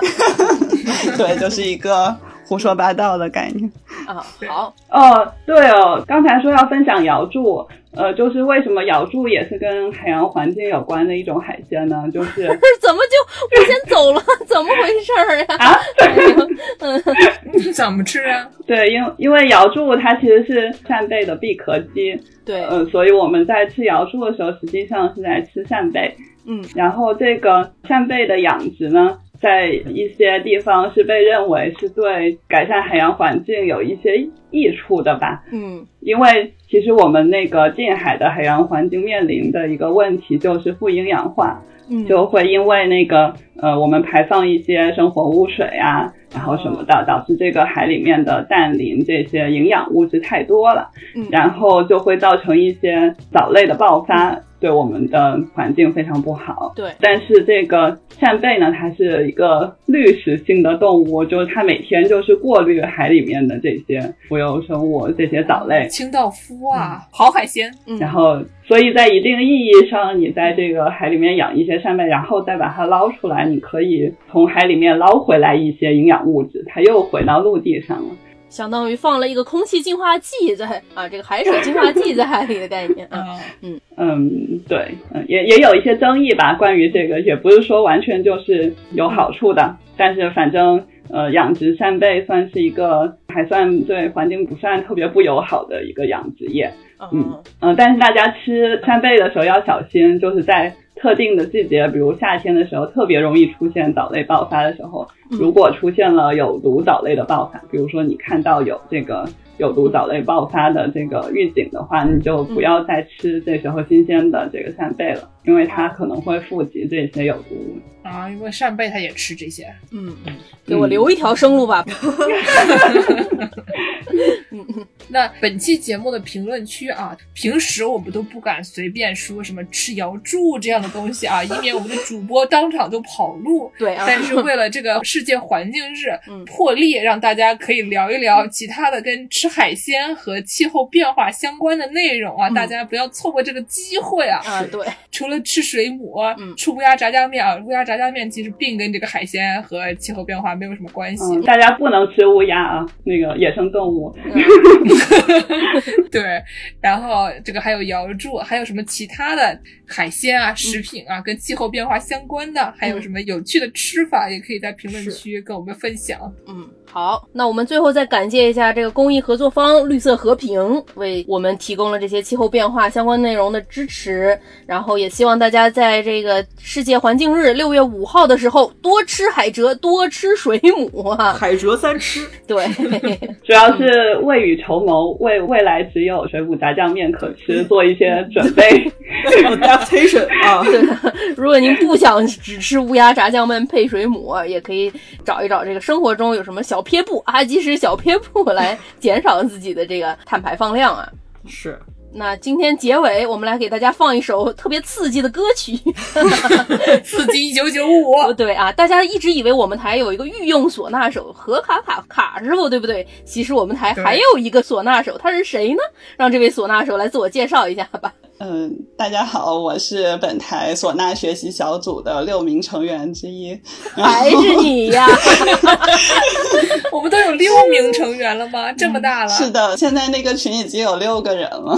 对，就是一个胡说八道的概念。
啊，好，
哦，对哦，刚才说要分享瑶柱，呃，就是为什么瑶柱也是跟海洋环境有关的一种海鲜呢？就是
不是怎么就我先走了？怎么回事儿嗯呀？
啊，
哎呦
嗯怎么吃啊？
对，因因为瑶柱它其实是扇贝的闭壳肌，
对，
呃，所以我们在吃瑶柱的时候，实际上是在吃扇贝。
嗯，
然后这个扇贝的养殖呢，在一些地方是被认为是对改善海洋环境有一些益处的吧。
嗯
因为其实我们那个近海的海洋环境面临的一个问题就是富营养化，
嗯，
就会因为那个呃我们排放一些生活污水啊，然后什么的，导致这个海里面的氮磷这些营养物质太多了。
嗯
然后就会造成一些藻类的爆发，对我们的环境非常不好。
对
但是这个扇贝呢，它是一个滤食性的动物，就是它每天就是过滤海里面的这些浮游生物、这些藻类，
清道夫啊，好海鲜。
嗯
然后所以在一定意义上，你在这个海里面养一些扇贝，然后再把它捞出来，你可以从海里面捞回来一些营养物质，它又回到陆地上了。
相当于放了一个空气净化器在啊，这个海水净化器在海里的概念啊，
啊，
嗯，对，嗯，也也有一些争议吧，关于这个，也不是说完全就是有好处的，但是反正呃，养殖扇贝算是一个还算对环境不算特别不友好的一个养殖业，
嗯
嗯、但是大家吃扇贝的时候要小心，就是在特定的季节，比如夏天的时候，特别容易出现藻类爆发的时候，
嗯
如果出现了有毒藻类的爆发，比如说你看到有这个有毒藻类爆发的这个预警的话，你就不要再吃这时候新鲜的这个扇贝了，因为它可能会富集这些有毒物。
啊，因为扇贝它也吃这些。
嗯，给我留一条生路吧。
那本期节目的评论区啊，平时我们都不敢随便说什么吃瑶柱这样的东西啊，以免我们的主播当场就跑路。
对啊，
但是为了这个世界环境日
嗯
破例，让大家可以聊一聊其他的跟吃海鲜和气候变化相关的内容啊，
嗯
大家不要错过这个机会啊！
啊，对，
除了吃水母、
嗯
吃乌鸦炸酱面啊，乌鸦炸酱面其实并跟这个海鲜和气候变化没有什么关系。
嗯，大家不能吃乌鸦啊，那个野生动物。
对，然后这个还有瑶柱，还有什么其他的海鲜啊、
嗯
食品啊，跟气候变化相关的，还有什么有趣的吃法，也可以在评论
是
区跟我们分享。
嗯，好，那我们最后再感谢一下这个公益合作方绿色和平，为我们提供了这些气候变化相关内容的支持。然后也希望大家在这个世界环境日六月五号的时候，多吃海蜇，多吃水母啊。
海蜇三吃，
对，
主要是未雨绸缪，为未来只有水母炸酱面可吃做一些准备。
adaptation 啊，
如果您不想只吃乌鸦炸酱面配水母，也可以找一找这个生活中有什么小撇步啊，及时小撇步来减少自己的这个碳排放量啊。
是
那今天结尾，我们来给大家放一首特别刺激的歌曲。
刺激一九九五，
不对啊，大家一直以为我们台有一个御用唢呐手何卡卡卡师傅，对不对？其实我们台
对
还有一个唢呐手，他是谁呢？让这位唢呐手来自我介绍一下吧。
嗯、大家好，我是本台唢呐学习小组的六名成员之一。
还是你哎呀？
我们都有六名成员了吗？这么大了，
嗯是的，现在那个群已经有六个人了。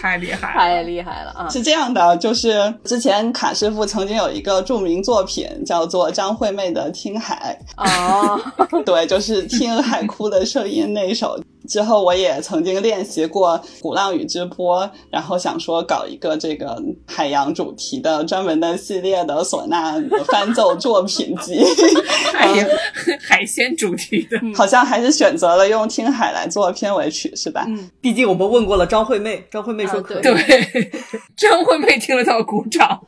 太厉害了！
太厉害了啊！
是这样的，就是之前卡师傅曾经有一个著名作品叫做张惠妹的《听海》，
哦，
对，就是听海哭的声音那一首。之后我也曾经练习过《鼓浪屿之波》，然后想说搞一个这个海洋主题的专门的系列的唢呐翻奏作品集，
海洋、 海鲜主题的，
好像还是选择了用《听海》来做片尾曲，是吧？
嗯，
毕竟我们问过了张惠妹，张惠妹说
啊
可以。
对，张惠妹听了都要鼓掌。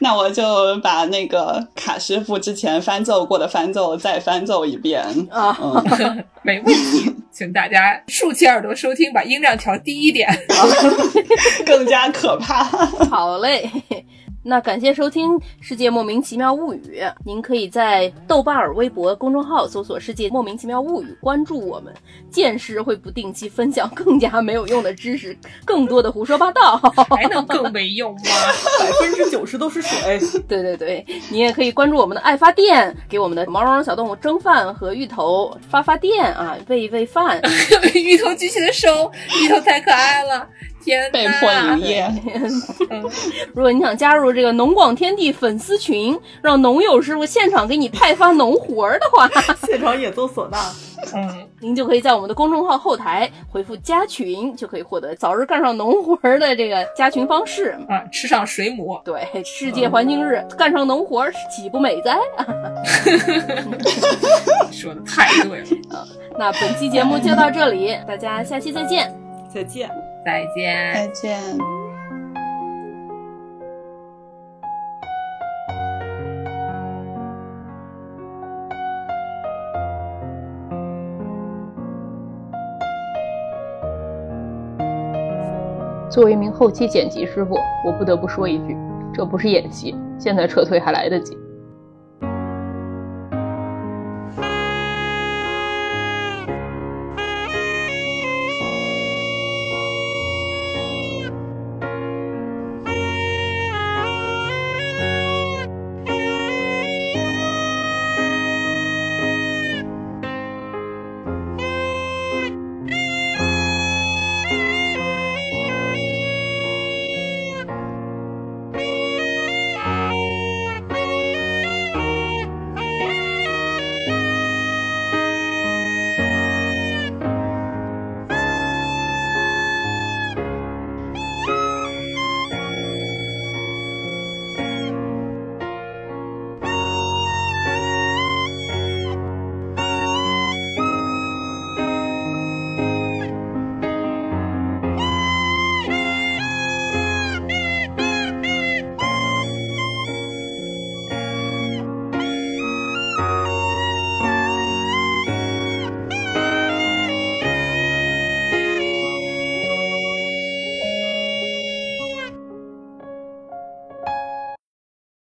那我就把那个卡师傅之前翻奏过的翻奏再翻奏一遍。
啊
嗯，
没问题，请大家竖起耳朵收听，把音量调低一点。
更加可怕。
好嘞。 那感谢收听《世界莫名其妙物语》，您可以在豆瓣儿、微博公众号搜索“世界莫名其妙物语”，关注我们。剑师会不定期分享更加没有用的知识，更多的胡说八道。
还能更没用吗？
百分之九十都是水。
对对对，你也可以关注我们的爱发电，给我们的毛茸茸小动物蒸饭和芋头发发电啊，喂一喂饭。
芋头举起的手，芋头太可爱了，天
被迫
呐！
营业，
如果你想加入这个农广天地粉丝群，让农友师傅现场给你派发农活儿的话，
现场演奏唢呐，
嗯，
您就可以在我们的公众号后台回复加群，就可以获得早日干上农活儿的这个加群方式。
啊，吃上水母，
对， 世界环境日干上农活儿岂不美哉？
说的太对了，
那本期节目就到这里，大家下期再见。
再见。
再见。
再见。
作为一名后期剪辑师傅，我不得不说一句，这不是演戏，现在撤退还来得及。